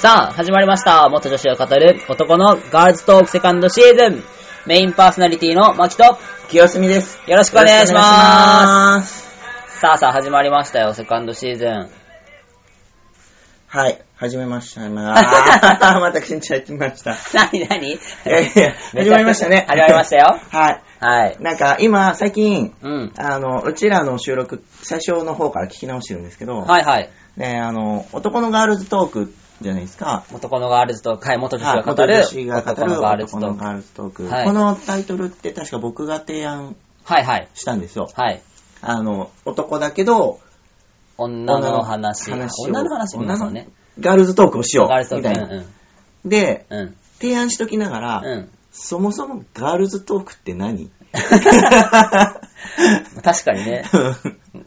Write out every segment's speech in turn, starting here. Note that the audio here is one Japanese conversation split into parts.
さあ、始まりました。元女子が語る男のガールズトークセカンドシーズン。メインパーソナリティのマキと、よ清澄です。。ろしくお願いしますす。さあさあ、始まりましたよ、セカンドシーズン。はい、始めました。 まあ、また緊張しました。なになに いやいや始まりましたね始まりましたよ。はい。はい。なんか、今、最近、うん。あの、うちらの収録、最初の方から聞き直してるんですけど、はいはい。ね、あの、男のガールズトークじゃないですか。男のガールズトーク、はい、元女子はがい語る元女子が語男のるガールズト男のーク。ガールズトーク。はいこのタイトルって確か僕が提案はいはい。したんですよ。はい。あの、男だけど、女の話。を女の話皆さんね。ガールズトークをしよガールズう。トーみたいク。な。うんで、うん。うん。提案しときながら、うん。そもそもガールズトークっ て何確かにね。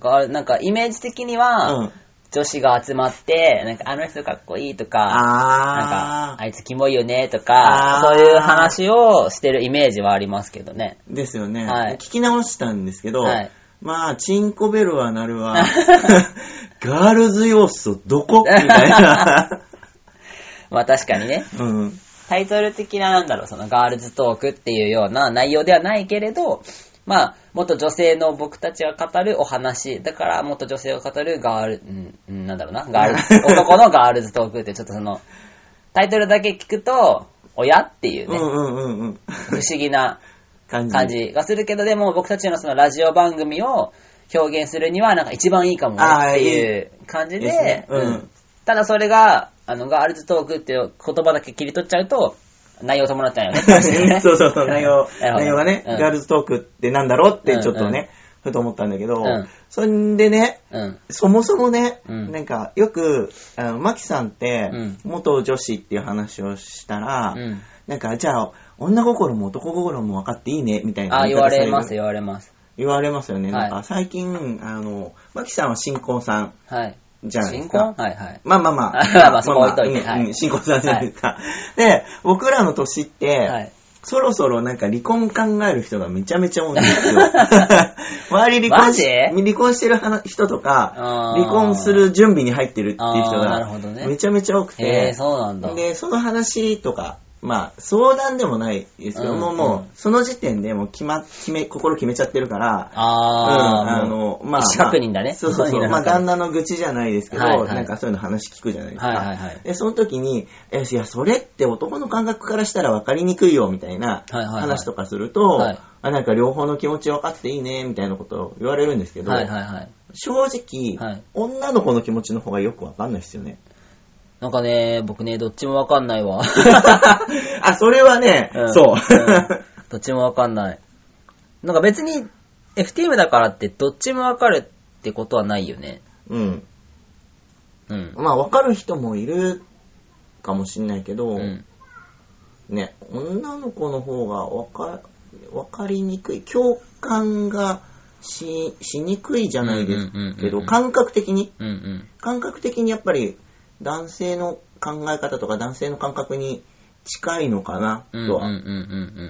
ガールなんか、イメージ的にうは、ん女子が集まって、なんか、あの人かっこいいとか、なんかあ、ーあいつキモいよねとか、あーそういう話をしてるイメージはありますけどね。ですよね、はい聞き直したんですけど、はいまあ、チンコベルはなる わ。ガールズ要素どこみた いな。まあ確かにね。うん。タイトル的な、なんだろう、そのガールズトークっていうような内容ではないけれど、まあ、元女性の僕たちが語るお話、だから、元女性を語るガール、うんうん、なんだろうな、ガール ズ、男のガールズトークって、ちょっとその、タイトルだけ聞くと、親っていううね、んうんうんうん。不思議な感じ。感じがするけど、でも僕たちのそのラジオ番組を表現するには、なんか一番いいかもねっていう感じいいですでね、うん。うんただそれが、あの、ガールズトークっていう言葉だけ切り取っちゃうと、内容伴っちゃうよね そうそうそう、内容、なるほど内容がね、うんガールズトークってなんだろうってちょっとうんうんね、ふと思ったんだけうど、んそんでね、うん。そもそもね、うんなんかよく、あのマキさんってうん、元女子っていう話をしたら、うんなんか、じゃあ、女心も男心も分かっていいね、みたいなあ、言い言方わさる。れます、言われます。言われますよね。はいなんか、最近、あの、マキさんは新婚さんはい。じゃないで新す婚か。はいはい。まあまあまあ。 まあまあそこ置いといてうんはいうん新婚さんじゃないですか。で、僕らの年って、はい。そろそろなんか離婚考える人がめちゃめちゃ多いんです よ。周り離婚しマジ離婚してる話人とか、あー離婚する準備に入ってるっていう人あーなるほどねがめちゃめちゃ多くへて、え、そうなんだ。で、その話とか、まあ相談でもないですけども、うんもうんうその時点でもう決ま、決め、心決めちゃってるから、あー、うんあもうの、まあ。意思確認だねまあそうそうそう。まあ、旦那の愚痴じゃないですけど、はいはいなんかそういうの話聞くじゃないですか。はいはいはいで、その時に、えいや、それって男の感覚からしたら分かりにくいよ、みたいなはいはいはい話とかすると、はいあなんか両方の気持ち分かっていいね、みたいなことを言われるんですけど、はいはいはい。正直、はい女の子の気持ちの方がよく分かんないで すよね。なんかね、僕ね、どっちもわかんない わ。あ、それはね、うんそう。んどっちもわかんない。なんか別に、FTM だからってどっちもわかるってことはないよね。 うん。うん。まあ、分かる人もいるかもしんないけど、うん。ね、女の子の方がわかわかりにくい共感がししにくいじゃないでうすんうんうんうんけど感覚的にうんうん。感覚的にやっぱり男性の考え方とか男性の感覚に近いのかなうんうんとうんはうんうん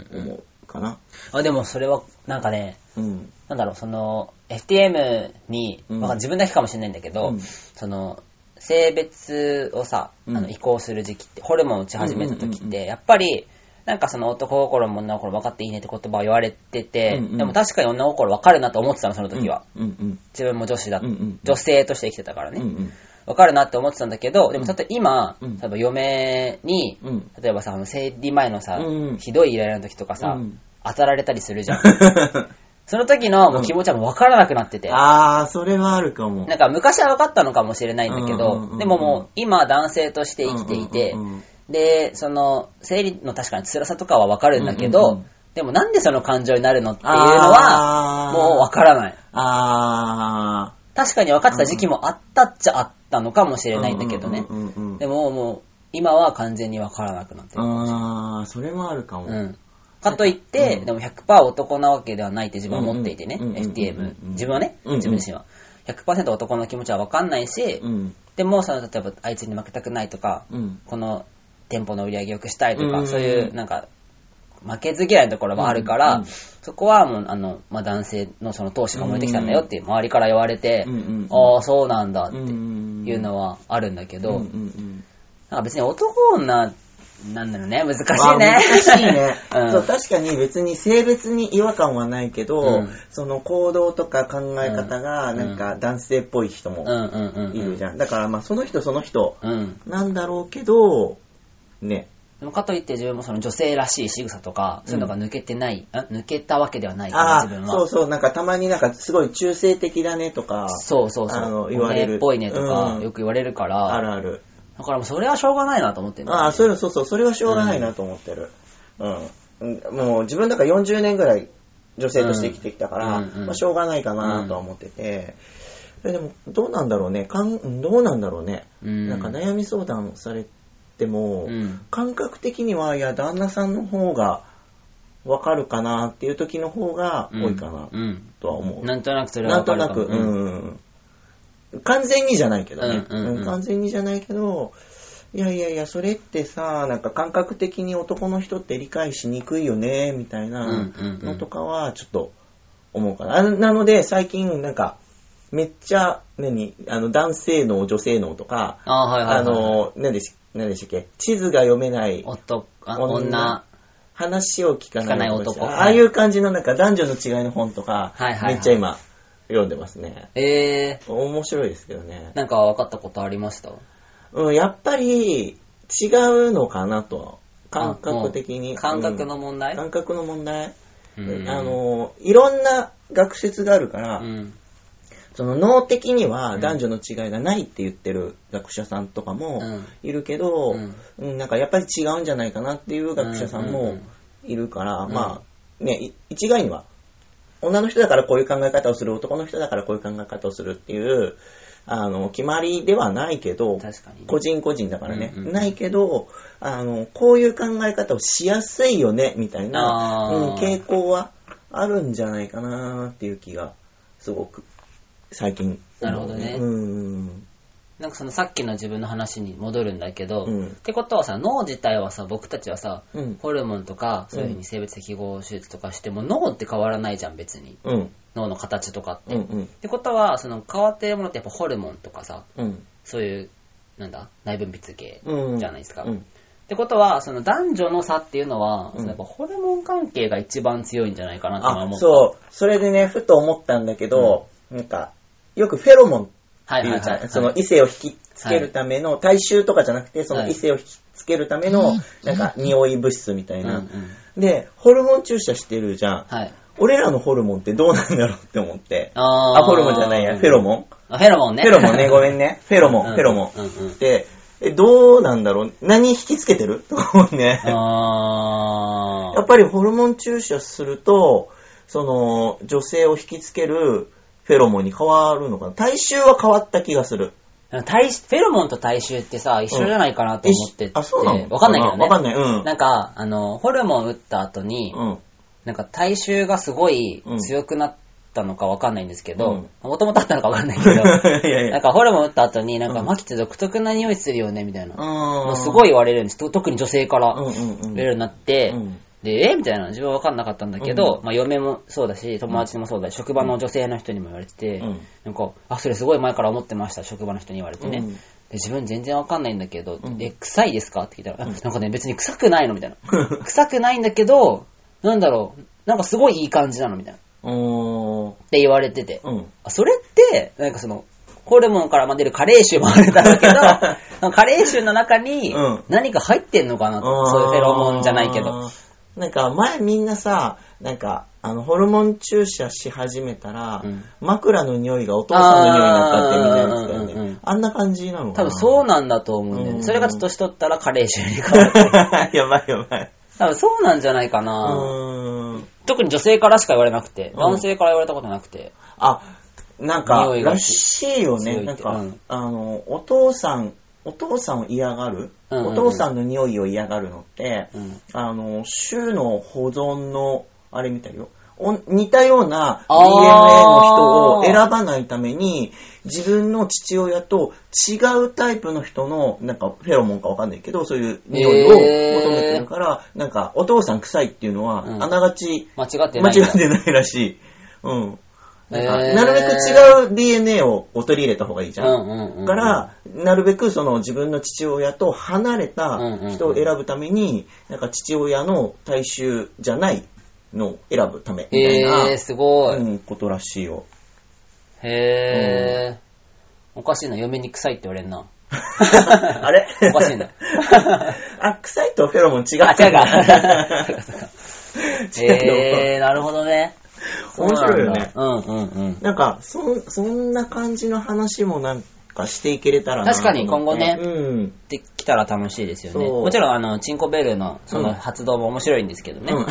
うん。思うかな。あ、でもそれは、なんかね、うんなんだろう、その、FTM に、うんわかん自分だけかもしれないんだけど、うんその、性別をさ、あうのん移行する時期って、ホルモンを打ち始めた時って、うんうんうんやっぱり、なんかその男心も女心も分かっていいねって言葉を言われてて、うんうんでも確かに女心分かるなと思ってたの、その時は。うんうん自分も女子だ、うんうん女性として生きてたからうんうね。ん分かるなって思ってたんだけど、でもちょっと今、うん例えば嫁に、うん例えばさ、あの生理前のさ、うんうんひどいイライラの時とかさ、うん当たられたりするじゃん。その時のもう気持ちはもう分からなくなってて。 ああそれはあるかもなんか昔は分かったのかもしれないんだけうんうんうんうど、んでももう今男性として生きていてうんうんうんうん、で、その生理の確かに辛さとかは分かるんだけうんうんうどん、でもなんでその感情になるのっていうのはあーもう分からない。ああ確かに分かってた時期もあったっちゃあったのかもしれないんだけどねう。んうんうんうんでももう今は完全に分からなくなってる。ああそれもあるかも、うん。かといって、うんでも100%男なわけではないって自分は思っていてね、うんうんうんうん FTM。自分はね、うんうん自分自身は。100%男の気持ちは分かんないし、うんでもその例えばあいつに負けたくないとか、うんこの店舗の売り上げ良くしたいとうんうんか、うんそういうなんか負けず嫌いのところもあるから、うんうんそこはもうあの、まあ、男性のその投資が燃えてきたんだよっていう周りから言われて、うんうんうんああそうなんだってうんうんうんいうのはあるんだけど、うんうんうんなんか別に男女、なんだろうね、難しいね。、あ難しいね うん そう。確かに別に性別に違和感はないけど、うんその行動とか考え方がうんなんか男性っぽい人うもんうんうん。いるじゃん。だからまあその人その人ゃん。うん。なんだろうけど、ね。でもかといって自分もその女性らしい仕草とか、そういうのが抜けてない、あ抜けたわけではないから、あ自分あ、は。そうそう、なんかたまになんかすごい中性的だねとか、そうそうそうあの言われるお姉っぽいねとか、うんよく言われるかあら、るある。だからもうそれはしょうがないなと思ってんだよねああ、そういうの、そうそう、それはしょうがないなと思ってる。うん。うんもう自分だから40年ぐらい女性として生きてきたから、うんうんうんまあ、しょうがないかなとは思ってて、えでもどうなんだろうね、かんどうなんだろうね、うんなんか悩み相談されても、うん感覚的には、いや、旦那さんの方がわかるかなっていう時の方が多いかなうん。とは思う。なんとなくそれはなんわかとるかなもく、うん。完全にじゃないけどね。うんうんうんうん完全にじゃないけど、いやいやいや、それってさ、なんか感覚的に男の人って理解しにくいよね、みたいなうんうんうんのとかは、ちょっと思うかな。あなので、最近、なんか、めっちゃ、何、あの、男性能、女性能とか、ああ、はいはい、はい。あの、何でし何でしたっけ、地図が読めない、夫、あ女女、話を聞かない聞かない男ああいう感じの、なんか男女の違いの本とかはいはいは、いめっちゃ今、読んでますね。え面白いですけどねー、。なんか分かったことありましたうん、やっぱり違うのかなと。感覚的に。あもう感覚の問問題、感覚の問題、うんあの、いろんな学説があるから、うん。その脳的にうはん男女の違いがないって言ってる学者さんとかもうんいるけど、うんうんなんかやっぱり違うんじゃないかなっていう学者さんうんうんうもんいるから、うんまあ、ね、い一概には、女の人だからこういう考え方をする、男の人だからこういう考え方をするっていう、あの、決まりではないけど、確かにね個人個人だからね、うんうんうんないけど、あの、こういう考え方をしやすいよね、みたいな、あーうん傾向はあるんじゃないかなっていう気が、すごく、最近。なるほどねうん。なんかそのさっきの自分の話に戻るんだけど、うんってことはさ、脳自体はさ、僕たちはさ、うんホルモンとか、そういうふうに性別適合手術とかしても、脳って変わらないじゃん、別に。うん。脳の形とかって。うん。うっん。てことは、その変わってるものってやっぱホルモンとかさ、うん。そういう、なんだ、内分泌系うん。じゃないですか。うっん。てことは、その男女の差っていうのは、うんそのやっぱホルモン関係が一番強いんじゃないかなって今あ思、った。う。そう。それでね、ふと思ったんだけど、なんか、よくフェロモンってはいはいは言うい、じゃはん。い。その異性を引きつけるための、体臭とかじゃなくて、その異性を引きつけるための、なんか、匂い物質みたいうんうな。んで、ホルモン注射してるじゃん。はい。俺らのホルモンってどうなんだろうって思って。あーあ、ホルモンじゃないや、フェロモンあフェロモンね。フェロモンね、ごめんね。フェロモン、うんフェロモうんうんン。で、え、どうなんだろう何引きつけてると か思うね。やあっぱりホルモン注射すると、その、女性を引きつけるフェロモンに変わるのかな体臭は変わった気がする。ー体フェロモンと体臭ってさ、一緒じゃないかなと思ってて、あ、そうなのわかんないけどね。わかんない。うん。なんか、あの、ホルモン打った後に、うん。なんか体臭がすごいうん強くなったのかわかんないんですけど、うんもともとあったのかわかんない けど、いやいやなんかホルモン打った後に、なんか、うんマキって独特な匂いするよね、みたいな。もう。うんすごいい。言われるんです。と特に女性からうんうんうん。言われるようになって、うんで、えみたいな。自分はわかんなかったんだけど、うまあ嫁もそうだし、友達もそうだし、職場の女性の人にも言われてて、うんなんか、あ、それすごい前から思ってました、職場の人に言われてね。うでん自分全然わかんないんだけど、うんえ、臭いですかって聞いたら、あなんかね、別に臭くないのみ たいな。臭くないんだけど、なんだろう、なんかすごいいい感じなのみたいな。っおー。て言われてて。うん。あそれって、なんかその、ホルモンからまあ出る加齢臭もあるんだろうけど、なんか加齢臭の中にうん何か入ってんのかなと、そういうフェロモンじゃないけど。あー。なんか前みんなさ、なんか、あの、ホルモン注射し始めたら、うん枕の匂いがお父さんの匂いになったってみんなやつだよね。あーうんうんうんあんな感じなのか多な分そうなんだと思うんだようね。んそれがちょっと年取ったら加齢臭に変わ る。やばいやばい。多分そうなんじゃないかうな。ーん。特に女性からしか言われなくて、ん男性から言われたことなくて。あ、なんか、匂いがらしいよ強ね。いなっんてか、うんあの、お父さん、お父さんを嫌がる、うんうんうんお父さんの匂いを嫌がるのって、うんあの、州の保存の、あれみたいよ。お似たような DNA あーの人を選ばないために、自分の父親と違うタイプの人の、なんかフェロモンかわかんないけど、そういう匂いを求めてるから、なんかお父さん臭いっていうのは、うんあながち間違って間ないんだ。違ってないらしい。うん。なんか、へーなるべく違う DNA をお取り入れた方がいいじゃん。うんうんうん。だから、なるべくその自分の父親と離れた人を選ぶために、なんか父親の大衆じゃないのを選ぶためみたいな、えー、すごい。うん、ことらしい よ。へー。おかしいな、嫁に臭いって言われんな。 あれおかしい な。あ、臭いとフェロモン違うあ、違う か。か。違うのへー、なるほどね。面白いよねそうなんだうんうんうん。なんか、そん、そんな感じの話もなんかしていけれたらなと思っ確て。かに今後ねうん。できたら楽しいですよね。そうもちろん、あの、チンコベルのそうのん発動も面白いんですけどね。うん、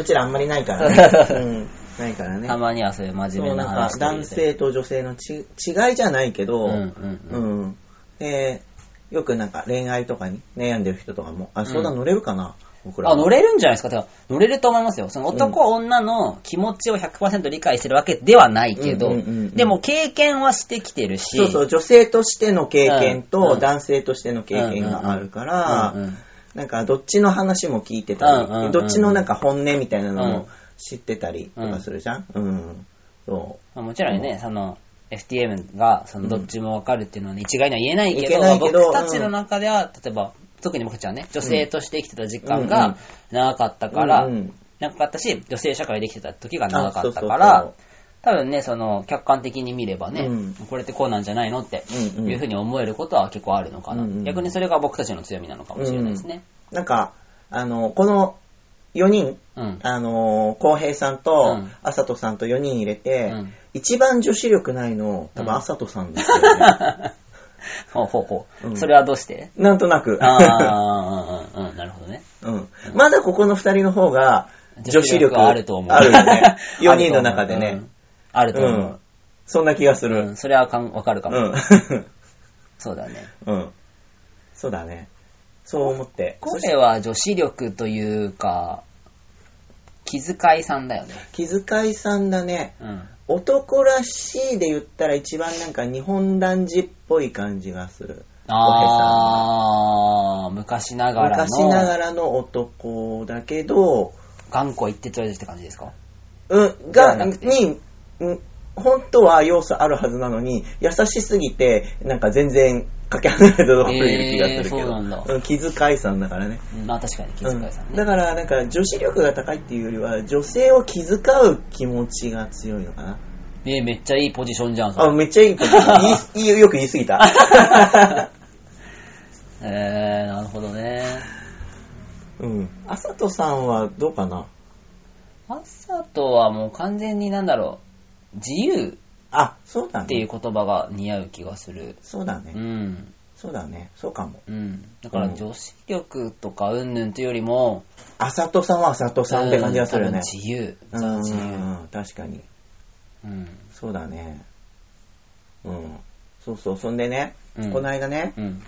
うちらあんまりないか らね。うん、ないからねた。まにはそういう真そ面目うななん話とかか言男うて性と女性のち違いじゃないけど、うんうんうん。うんでよくなんか恋愛とかに悩んでる人とかも、あ、相談乗れるかな、僕らは。あ、乗れるんじゃないですか。てか乗れると思いますよ。その男、女の気持ちを100%理解してるわけではないけど、うんうんうんうんでも経験はしてきてるし、そうそう、女性としての経う験んうとん男性としての経験があるから、うんうんなんかどっちの話も聞いてたり、うんうんうんどっちのなんか本音みたいなのうんも知ってたりとかするじゃん。うん。そまあもちろんね、その、FTM がそのどっちも分かるっていうのはね、一概には言えないけどいけないけど僕たちの中では、例えば、特に僕ちゃんね、女性として生きてた時間うんうんが長かったう。から、うんうん長かったし、女性社会で生きてた時が長あかそっうたそうそうから、多分ね、その、客観的に見ればね、うんこれってこうなんじゃないのってうんうんいうふうに思えることは結構あるのかな。うんうん逆にそれが僕たちの強みなのかもしれないですね。なんか、あの、この4人、うん。あの、浩平さんうとん、あさとさんと4人入れて、うん一番女子力ないの、多う分んあさとさんですよ ね。ほうほうほう。うんそれはどうしてなんとなく。ああ、うんうんうん、なるほどね。うん。まだここの二人の方が、女子力はあると思う。。あるよね 4人の中でうねん。。 あるとう思んう。。そんな気がすうる。ん、それはかんわかるかうも。ん。そうだね。うん。そうだね。そう思って。声は女子力というか、気遣いさんだよね。気遣いさんだね。うん。男らしいで言ったら一番なんか日本男児っぽい感じがする。あー、昔ながら昔ながの、らの男だけど、頑固一徹親父って感じですかうん、じゃが、なくてに、うん本当は要素あるはずなのに、優しすぎて、なんか全然かけ離れたところにいる気がするけど、えーそうなんだうん気遣いさんだからね。うんまあ確かに気遣いさんうんね。だから、なんか女子力が高いっていうよりは、女性を気遣う気持ちが強いのかな。ねめっちゃいいポジションじゃん、そあ、れ。めっちゃいいこと。言いいいよく言いすぎた。 えー、なるほどね。うん。あさとさんはどうかなマサトはもう完全になんだろう、自由あ、そうだね。っていう言葉が似合う気がする。そうだね。うん。そうだね。そうかも。うん、だからうん女子力とかうんぬんというよりも、あさとさんはあさとさんって感じがするうよん多ね分。自由。うん、自由。うん確かに。うん。そうだね。うん。そうそう。そんでね、うんこの間ね、うん。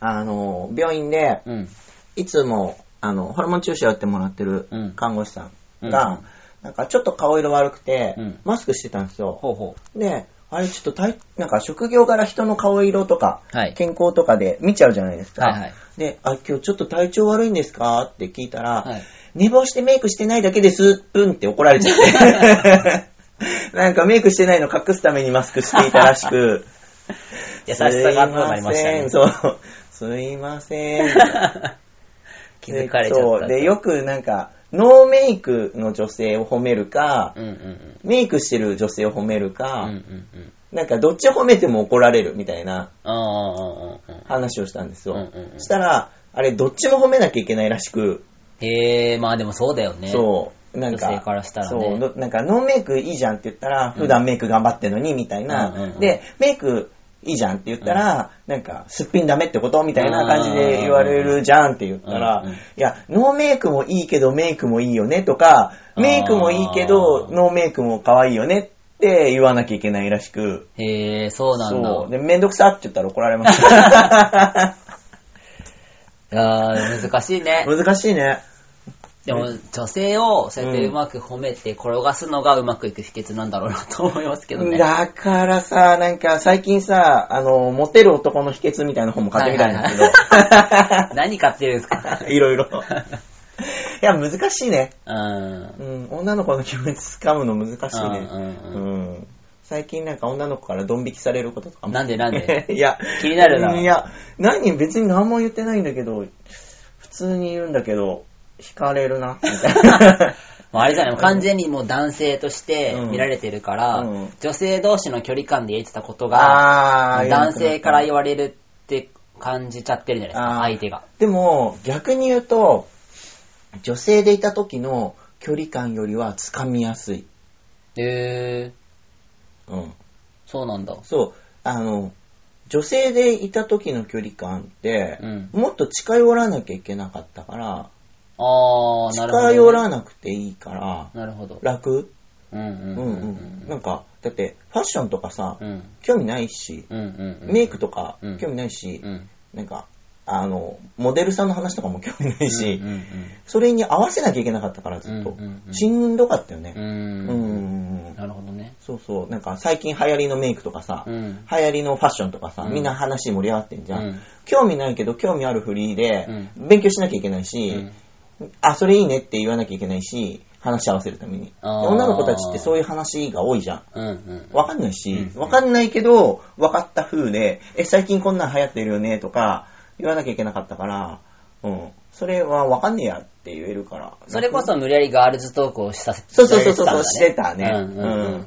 あの、病院で、うん。いつも、あの、ホルモン注射打ってもらってるうん看護師さうんんが、なんかちょっと顔色悪くて、うんマスクしてたんですよ。ほうほで、あれちょっと体、なんか職業柄人の顔色とか、はい健康とかで見ちゃうじゃないですう。か。はいはい。で、あ、今日ちょっと体調悪いんですかって聞いたら、はい寝坊してメイクしてないだけです、プンって怒られち ゃって。なんかメイクしてないの隠すためにマスクしていたらしく。 優しさがあるようになりましたねすいませんそう。すいません。 気づかれちゃったそう。で、よくなんか、ノーメイクの女性を褒めるか、うんうんうん。メイクしてる女性を褒めるか、うんうんうん。なんかどっちを褒めても怒られるみたいなああ、うんうんうん。話をしたんですよ。うんうんうんしたら、あれどっちも褒めなきゃいけないらしく、へえ、まあでもそうだよね。そう。なんか、女性からしたらねそうど、なんか、ノーメイクいいじゃんって言ったら、普段メイク頑張ってんのに、みたいな、うんうんうんで、メイクいいじゃんって言ったら、なんか、すっぴんダメってことみたいな感じで言われるじゃんって言ったら、うんうんうんいや、ノーメイクもいいけど、メイクもいいよねとか、メイクもいいけどあ、ーノーメイクも可愛いよねって言わなきゃいけないらしく、へえ、そうなんそう。だ。で、めんどくさって言ったら怒られました。あー難しいね。難しいね。でも、女性をそうやってうまく褒めて転がすのがうまくいく秘訣なんだろうなと思いますけどね。だからさ、なんか最近さ、あの、モテる男の秘訣みたいな本も買ってみたんですけど、 何買ってるんですかいろいろ。いや、難しいね。うん。うん、女の子の気分つかむの難しいね。うんううん最近なんか女の子からドン引きされることとかもなんでなんで いや、気になるなうんいや、何、別に何も言ってないんだけど、普通に言うんだけど、惹かれるな、みたい な。 もうあれじゃない、もう完全にもう男性として見られてるから、うん女性同士の距離感で言ってたことが、あー男性からよ言われるって感じちゃってるじゃないですあか、ー相手が。でも、逆に言うと、女性でいた時の距離感よりは掴みやすい。へえうん。そうなんだ。そう、あの、女性でいた時の距離感って、うんもっと近寄らなきゃいけなかったから、あー、なるほど、近寄らなくていいから、なるほど。楽、うんうんううんんうん、なんか、だって、ファッションとかさ、うん。うん興味ないし、うんうんうん。メイクとかうん興味ないし、うん。なんか、あの、モデルさんの話とかも興味ないし、うんうんそれに合わせなきゃいけなかったから、ずっと。うんうんうんしんどかったよう。ね。うんうんうんんうんなるほどね。そうそう、なんか最近流行りのメイクとかさ、うん。流行りのファッションとかさ、うんみんな話盛り上がってんじゃん。うん興味ないけど、興味あるフリーでうん、勉強しなきゃいけないうし、んあ、それいいねって言わなきゃいけないし、話し合わせるために。であー女の子たちってそういう話が多いじゃん。うんうん。わかんないし、うんわかんないけど、わかった風で、え、最近こんなん流行ってるよねとか、言わなきゃいけなかったから、うん。それはわかんねえやって言えるから。それこそ無理やりガールズトークをしさせそうそうそうそう、ししててたたんね。だねうんうんううんん。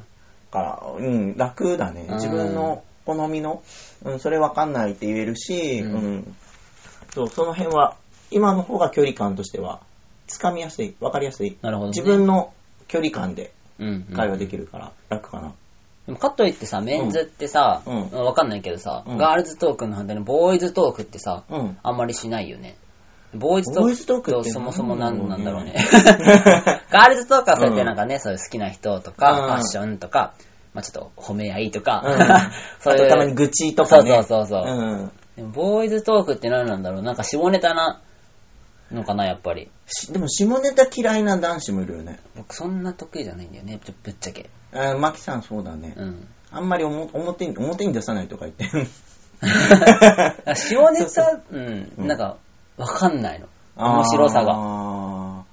から、うん、楽だねう。ん自分の好みの、うん、それわかんないって言えるし、ううんん。そう、その辺は、今の方が距離感としては、つかみやすい、わかりやすい。なるほどね自分の距離感でうんうん会話できるから、楽かな。でもかといってさ、メンズってさ、うんうんわかんないけどさ、うんガールズトークの反対にボーイズトークってさ、うん。あんまりしないよね。ボーイズトボーイズトーーククとってそもそも何なんだろうね。ね ガールズトークはそうやってうんなんかね、そういう好きな人とか、うんファッションとか、まあちょっと褒め合いとか、うん あとたまに愚痴とかね。そうそうそうそううん。でもボーイズトークって何なんだろうなんか下ネタなのかな、やっぱり。しでも、下ネタ嫌いな男子もいるよね。僕そんな得意じゃないんだよね、ぶぶっちゃけ。あマキさんそうだね。うん。あんまり表表に表に出さないとか言って。下ネタ、うん、なんか、わかんないの。 面白さが。が。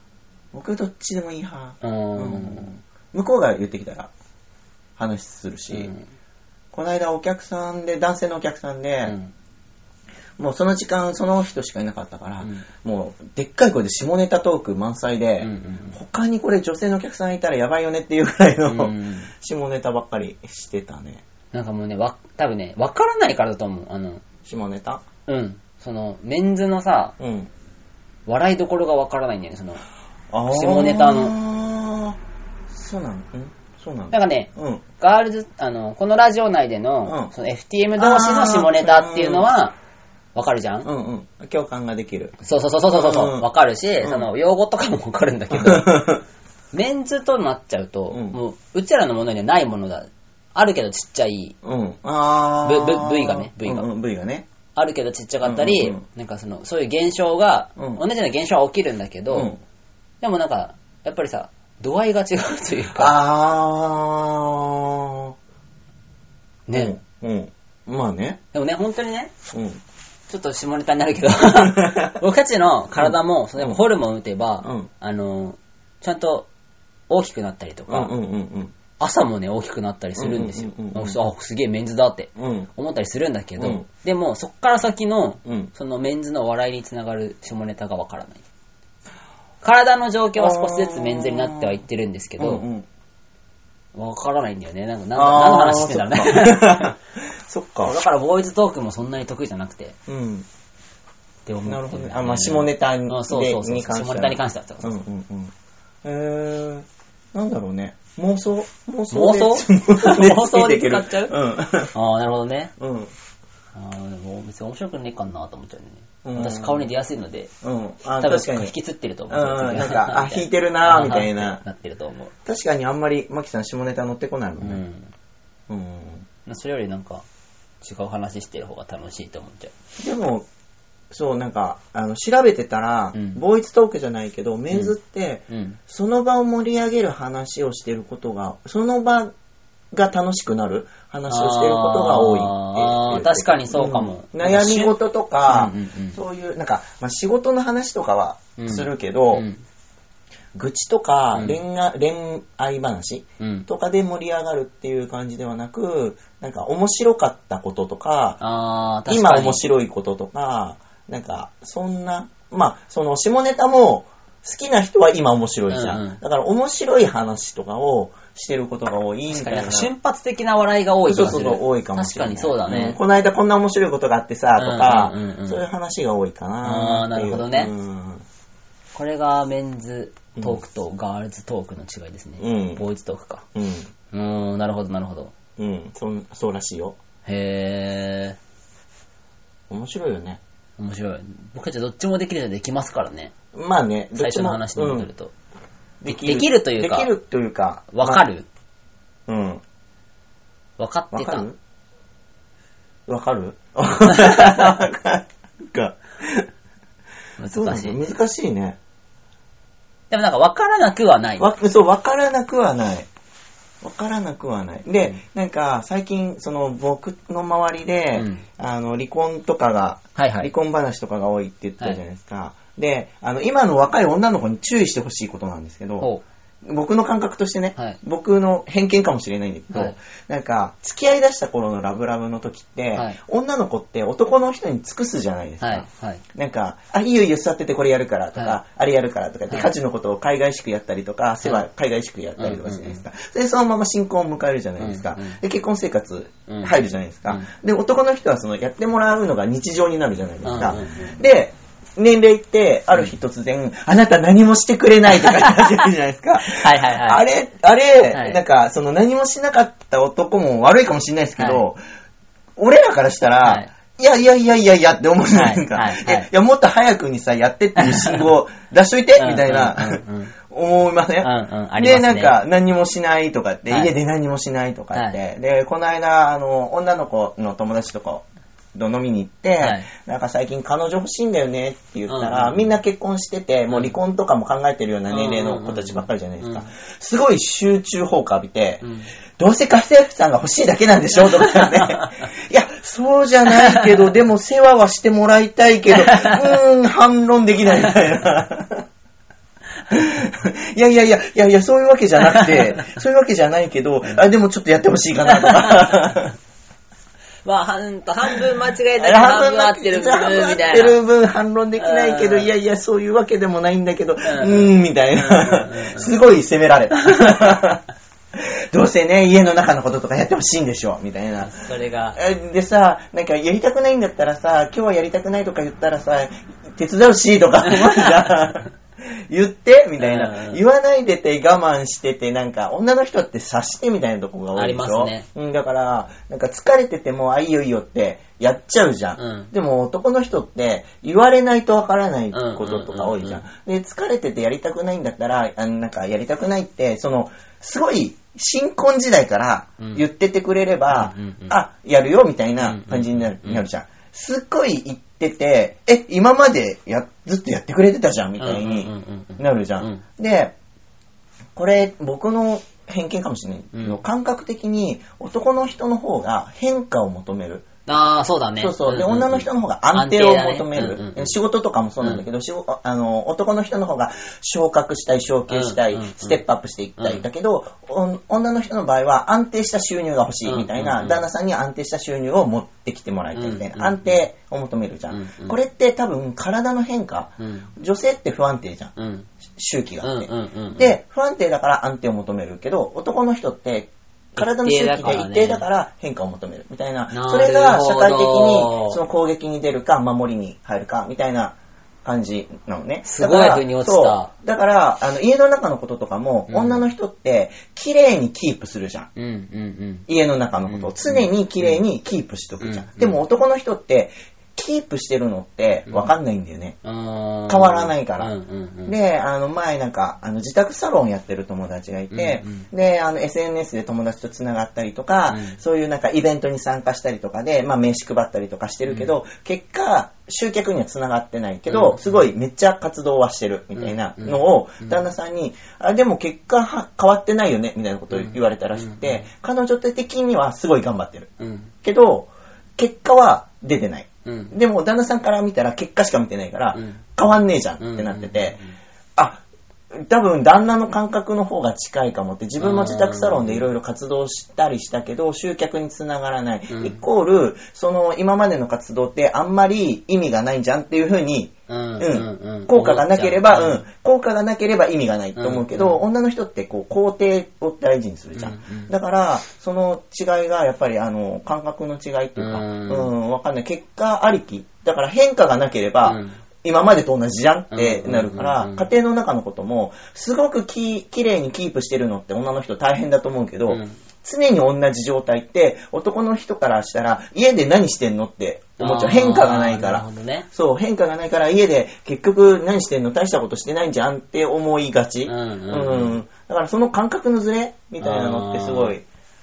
僕どっちでもいい派。ううんん。向こうが言ってきたら話するし、うんこの間お客さんで、男性のお客さんで、うんもうその時間その人しかいなかったから、うんもうでっかい声で下ネタトーク満載で、うんうん他にこれ女性のお客さんいたらやばいよねっていうぐらいの、うん下ネタばっかりしてたね。なんかもうね、わ、多分ね、わからないからだと思う。あの、下ネタうん。その、メンズのさ、うん。笑いどころがわからないんだよね、その。あー下ネタそうなのんそうなのなんかね、うん。ガールズ、あの、このラジオ内での、うんその FTM 同士の下ネタっていうのは、わかるじゃん、うんうん。共感ができる。そうそうそうそうそうそう、うんわかるし、うんその、用語とかもわかるんだけど、メンズとなっちゃうと、うんもう、うちらのものにはないものだ。あるけどちっちゃい、うん。あぶー。ぶ部位がね部位がうんうん、部位がね。あるけどちっちゃかったり、うんうんうんなんかその、そういう現象が、うん同じような現象は起きるんだけど、ん、でもなんか、やっぱりさ、度合いが違うというか、あー。ね、うん。うん。まあね。でもね、本当にね、うん。 ちょっと下ネタになるけ ど、僕たちの体も、そのやっぱホルモン打てば、うんあの、ちゃんと大きくなったりとうか、んうんうん朝もね、大きくなったりするんですよ。うんうんうんうんあ、すげえメンズだってうん。うん。思ったりするんだけど、うんでも、そっから先の、うん。そのメンズの笑いにつながる下ネタがわからない。体の状況は少しずつメンズになってはいってるんですけど、わ、うんうんからないんだよね。なんか、なんか何のあー話してたんだろうね。そっか そう。だからボーイズトークもそんなに得意じゃなくて、っうん。て思ってんだなよねるほどね。あ、まあ、下ネタにあそうそうそうでに関して下はネタに関してはそうそううんうんうん。えー、なんだろうね。妄想 妄想妄想妄想で使っちゃうああ、なるほどね。うん。うん。ああ、でも別に面白くねえかなと思っちゃうよね。うん私顔に出やすいので、うん。多あ、分確かに引。きつってると思う。うんうんなんか あみた引いてるなみたいななってると思う。確かにあんまり、マキさん下ネタ乗ってこないうもんね。ん。うん。それよりなんか、違う話してる方が楽しいと思っちゃでも、そう、なんか、あの、調べてたら、うんボーイズトークじゃないけど、メンズって、う。うん。その場を盛り上げる話をしてることが、その場が楽しくなる話をしてることが多いってあー言って確かにそうかもうん悩み事とかうんうんうん、そういう、なんか、まあ、仕事の話とかはうんするけど、うん愚痴とかうん恋愛,、恋愛話うん。とかで盛り上がるっていう感じではなく、なんか面白かったこととか、あー、確今かに。面白いこととか、なんか、そんな、まあ、その下ネタも、好きな人は今面白いじゃん。うんうんだから面白い話とかをしてることが多いみ確たかいに、な。なんか瞬発的な笑いが多い気そうがすそうる。そう、多いかもしれない。確かにそうだんね。この間こんな面白いことがあってさ、とか、うんうんうんうんそういう話が多いかなっていあーう。なるほうんこれがメンズトークとガールズトークの違いですね。うんボーイズトークか。うん。うーん、なるほど、なるほど。うん。そんそうらしいよ。へ面白いよね。ー、面白い。僕たちどっちもできるじゃできますからね。まあね、ど最っち初もの話に戻ると。うんでできるというかできるというか。わ、かるまあうん。わかっわてかた。るわかるわかるか。そうな難のしい。難しいね。でもなんかわからなくはない。わ、そう、わからなくはない。わからなくはない。で、なんか、最近、その、僕の周りで、うんあの、離婚とかが、はいは離い。婚話とかが多いって言ったじゃないですか。で、あの、今の若い女の子に注意してほしいことなんですけど、ほ僕の感覚としてね、はい僕の偏見かもしれないんだけど、はいなんか、付き合い出した頃のラブラブの時って、はい女の子って男の人に尽くすじゃないですう。か。はい。はい。なんか、あ、いいよいいよ、座っててこれやるからとか、はあれやるからとかって、はい家事のことを海外しくやったりとか、世話海外しくやったりとかするじゃないですか。で、そのまま新婚を迎えるじゃないですかうんうん。で、結婚生活うん入るじゃないですうかん。で、男の人はその、やってもらうのが日常になるじゃないですかうんうんうん。で、年齢って、ある日突然、あなた何もしてくれないとか言われるじゃないですか。 はいはいはい。あれ、あれ、はいなんか、その何もしなかった男も悪いかもしれないですけど、俺らからしたら、はいい、やいやいやいやいやって思うじゃないですか。はいはいはいえいや、もっと早くにさ、やってっていう信号出しといて、みたいなうんうんうん、思いませうんんうんありますねで、なんか、何もしないとかって、はい家で何もしないとかって、はで、この間、あの、女の子の友達とか、と飲みに行って、はいなんか最近彼女欲しいんだよねって言ったら、うんうんみんな結婚してて、もう離婚とかも考えてるような年齢の子たちばっかりじゃないですか。すごい集中砲火浴びて、うんどうせ家政婦さんが欲しいだけなんでしょと かね。いや、そうじゃないけど、でも世話はしてもらいたいけ ど、うーん、反論できないみたいな。いやいやいや、いやいや、そういうわけじゃ なくて、そういうわけじゃないけど、あ、でもちょっとやってほしいかなと か。まあ、半半分間違えたら半分合ってるみた半分合っいてな。る分反論できないけど、うんいやいや、そういうわけでもないんだけど、ううんーん、みたいなうんうんう。んすごい責めら れた。どうせね、家の中のこととかやってほしいんでしょ、みたいな。それが、えでさ、なんかやりたくないんだったらさ、今日はやりたくないとか言ったらさ、手伝うし とか思うじゃん言ってみたいな、うん言わないでて我慢してて、なんか女の人って察してみたいなとこが多いでしょありますねうん、だから、なんか疲れてても、あ、いいよいいよってやっちゃうじゃん。うんでも男の人って言われないとわからないこととか多いじゃんうん。で、疲れててやりたくないんだったら、あのなんかやりたくないって、その、すごい新婚時代から言っててくれれば、うんうんうんうんあ、やるよみたいな感じになる,、うんうんうんなるじゃん。すっごい言ってて、え、今までやずっとやってくれてたじゃんみたいになるじゃん。うんうんで、これ僕の偏見かもしれないけど、うん感覚的に男の人の方が変化を求める。ああ、そうだね。そうそう。で、んんん女の人の方が安定を求め安定だねるうんう。ん仕事とかもそうなんだけど、仕事あの、男の人の方が昇格したい、昇級したうんいうんうん、ステップアップしていっうたんり、だけど、お女の人の場合は安定した収入が欲しいみたいうんうんうな、ん旦那さんに安定した収入を持ってきてもらいたいみたいうんうんな、安定を求めるじゃうんんうん。これって多分体の変化。うん。女性って不安定じゃん。うん。周期があってうんうんうんうん。で、不安定だから安定を求めるけど、男の人って、体の周期が一定だから変化を求めるみたいな。なるほどそれが社会的にその攻撃に出るか守りに入るかみたいな感じなのね。すごいだから腑に落ちたそうだから、あの、家の中のこととかも、うん女の人って綺麗にキープするじゃん。うんうん家の中のことうをん常に綺麗にキープしとくじゃん。うんでも男の人って、キープしてるのってわかんないんだよね。うん。変わらないからうんうんうん。で、あの、前なんか、あの、自宅サロンやってる友達がいて、うんで、あの、SNS で友達と繋がったりとか、うんそういうなんかイベントに参加したりとかで、まあ名刺配ったりとかしてるけど、結果、集客には繋がってないけど、うんすごいめっちゃ活動はしてるみたいなのをうん、旦那さんに、あ、でも結果は変わってないよね、みたいなことを言われたらしくうんうてん、彼女的にはすごい頑張ってる。うん。けど、結果は出てない。うん。でも、旦那さんから見たら結果しか見てないから、うん変わんねえじゃんってなってて、うんうんうんうんあ、多分旦那の感覚の方が近いかもって、自分も自宅サロンでいろいろ活動したりしたけど、集客につながらない。うんイコール、その今までの活動ってあんまり意味がないじゃんっていうふうに、うんうん効果がなければ、うん、効果がなければ意味がないと思うけうど、んうん女の人ってこう、肯定を大事にするじゃん。うんうんだから、その違いが、やっぱりあの、感覚の違いっていうか、ううんん、わかんない。結果ありき。だから変化がなければ、うん今までと同じじゃんってなるかうんうんらうん、家庭の中のことも、すごくき、綺麗にキープしてるのって女の人大変だと思うけど、うん常に同じ状態って、男の人からしたら、家で何してんのって思っちゃう。あー変化がないから。なるほどね。そう、変化がないから家で結局何してんの大したことしてないんじゃんって思いがち。うんうんうんだからその感覚のズレみたいなのってすごい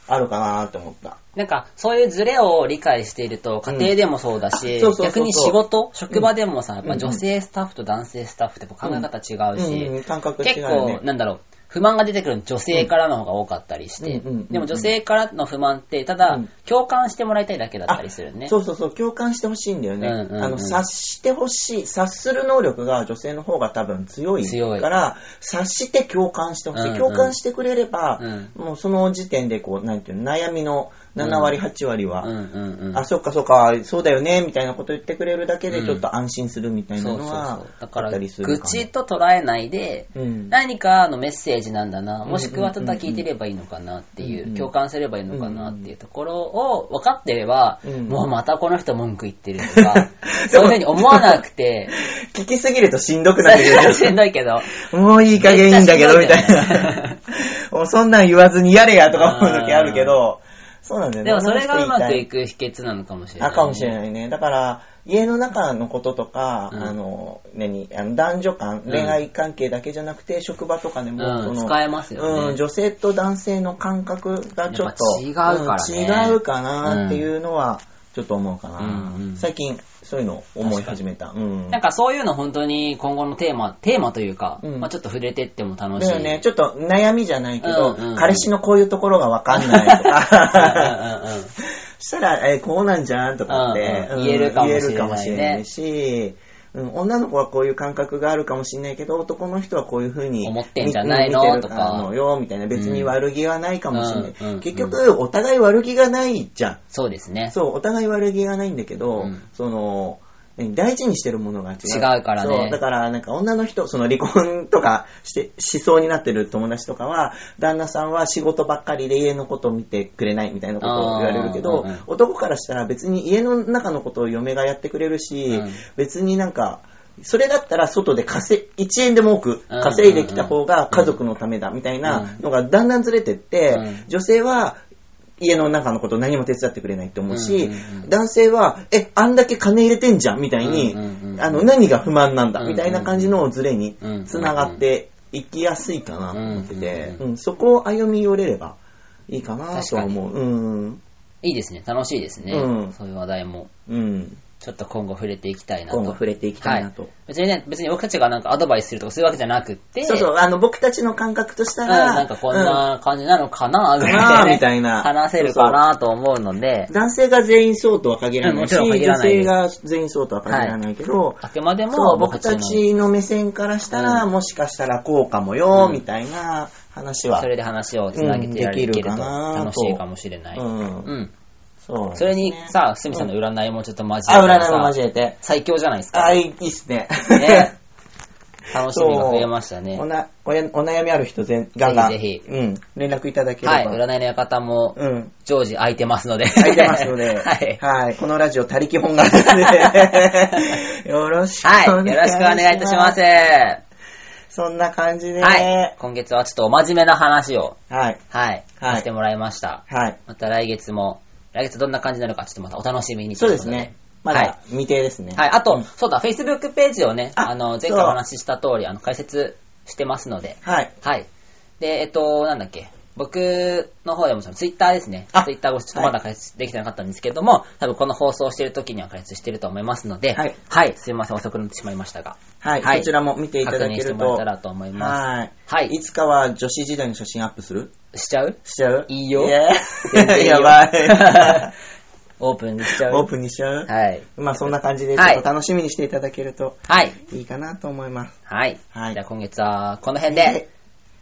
あるかなって思った。なんか、そういうズレを理解していると、家庭でもそうだし、うんそうそうそうそう逆に仕事、職場でもさ、やっうんうぱん女性スタッフと男性スタッフってこう考え方違うし、うん、感覚違う結よ構、ね。なんだろう、不満が出てくるの女性からの方が多かったりして、うんうんうんうんでも女性からの不満って、ただ、うん共感してもらいたいだけだったりするね。そうそうそう、共感してほしいんだよね。うんうんうんあの、察してほしい、察する能力が女性の方が多分強い強いから、察して共感してほしい。うんうん共感してくれれば、うんもうその時点でこう、なんていうの、悩みの7割、8割は、うんうんうん。あ、そっかそっか、そうだよね、みたいなこと言ってくれるだけで、ちょっと安心するみたいなそうそうのそはう。だ、かあっら、たりする愚か痴と捉えないで、も。うん。何かのメッセージなんだな、んもしくはただ聞いてればいいのかなっていう、うんうん共感すればいいのかなっていうところを分かってれば、うん、もうまたこの人文句言ってるとか そういうふうに思わなくて、聞きすぎるとしんどくなってくるしんどいけど、 もういい加減いいんだけど、み絶対たいしんどいよな。 もうそんなん言わずにやれやとか思う時あるけ ど、そうなんだよね。でもそれがうまくいく。く秘訣なのかもしれない、あ、かもしれい。ないね。だから、家の中のこととか、うんあの、何、あの男女間、恋愛関係だけじゃなくて、職場とかでも、うんその使えますよねうん、女性と男性の感覚がちょっと、やっぱ違うからねうん違うかなっていうのは、ちょっと思うかな、うんうん最近、そういうの思い始めた。うん。なんかそういうの本当に今後のテーマ、テーマというか、うんまあちょっと触れてっても楽しい。だよね、ちょっと悩みじゃないけど、うんうんうん彼氏のこういうところがわかんないとうんうん か、うん うんしたら、えーこうなんじゃんとかって、うんうん言えるかもしれないね言えるかもしれないし、うん、女の子はこういう感覚があるかもしれないけど、男の人はこういうふうに思ってんじゃないの見てるとかのよ、みたいな。別に悪気はないかもしれない。うんうんうん結局、お互い悪気がないじゃそうですん。ね。そう、お互い悪気がないんだけど、うんその、何大事にしてるものが違う。違うからねそう、だからなんか女の人、その離婚とかして、しそうになってる友達とかは、旦那さんは仕事ばっかりで家のこと見てくれないみたいなことを言われるけあどーうんうん、男からしたら別に家の中のことを嫁がやってくれるし、うん別になんか、それだったら外で稼い、1円でも多く稼いできた方が家族のためだみたいなのがだんだんずれてって、うん女性は家の中のこと何も手伝ってくれないと思うし、うんうんうん男性は、え、あんだけ金入れてんじゃんみたいに、うんうんうんあの、何が不満なんうだんうんみたいな感じのズレにうんつながっていきやすいかなと思ってて、ううんんそこを歩み寄れればいいかなとは思う。うん。いいですね。楽しいですね。うんそういう話題も。うん。ちょっと今後触れていきたいなと。今後触れていきたいなと。はい、別にね、別に僕たちがなんかアドバイスするとかそういうわけじゃなくって、そうそう、あの、僕たちの感覚としたうんら、なんかこんな感じなのかな、ぐらいでかなねみたいな話せるかなと思うのでうん、男性が全員そうとは限らないし、うんもちろん限ら女ないで性すが全員そうとは限らないけど、あくまでそもう、僕たちの目線からしたら、うんもしかしたらこうかもよ、うんみたいな話は。それで話をつなげてやれうんでてきるるとかなと楽しいかもしれない。ううん。ん。そう。それにさ、すみさんの占いもちょっと交えてあ、占いも交ええて。最強じゃないですか。あ、いいいいっすね。 ね楽しみが増えましたねお。なおやお悩みある人全、ガンガン。ぜひぜひうん。連絡いただければ。はい、占いの館もうん。常時空いてますので。空いてますので、 はい。はい。このラジオ、他力本願なんで、 よろしくお願いはい、します。よろしくお願いいたします。。はそんな感じで、い、今月はちょっとお真面目な話を、はい。はい、はいさせてもらいました。はい。また来月も、来月どんな感じになるかちょっとまたお楽しみにとそいうこでとすね。まだ未定ですね。はい、あと、うんそうだ、Facebook ページをね、ああの、前そう回お話しした通り、あの、解説してますので、はい。はい。で、えっと、なんだっけ、僕の方でも、Twitter ですねあ。 Twitter をちょっとまだ解説できてなかったんですけども、多分この放送してる時には解説してると思いますので、はいはい、すいません、遅くなってしまいましたが、はい。はいこちらも見ていた確だ認けしてるもらえとた。らと思いまはい。はいいつかは女子時代の写真アップするす。しちゃうしちゃういいよイエー全然いいよやばい。 オープンにしちゃう。オープンにしちゃうはい。まあそんな感じで、ちょはっいと楽しみにしていただけるとはい。いいかなと思います。はい。はいじゃあ今月はこの辺で、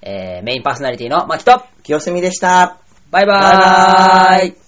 えー、メインパーソナリティのマキと、清澄でした。バイババイバーーイイ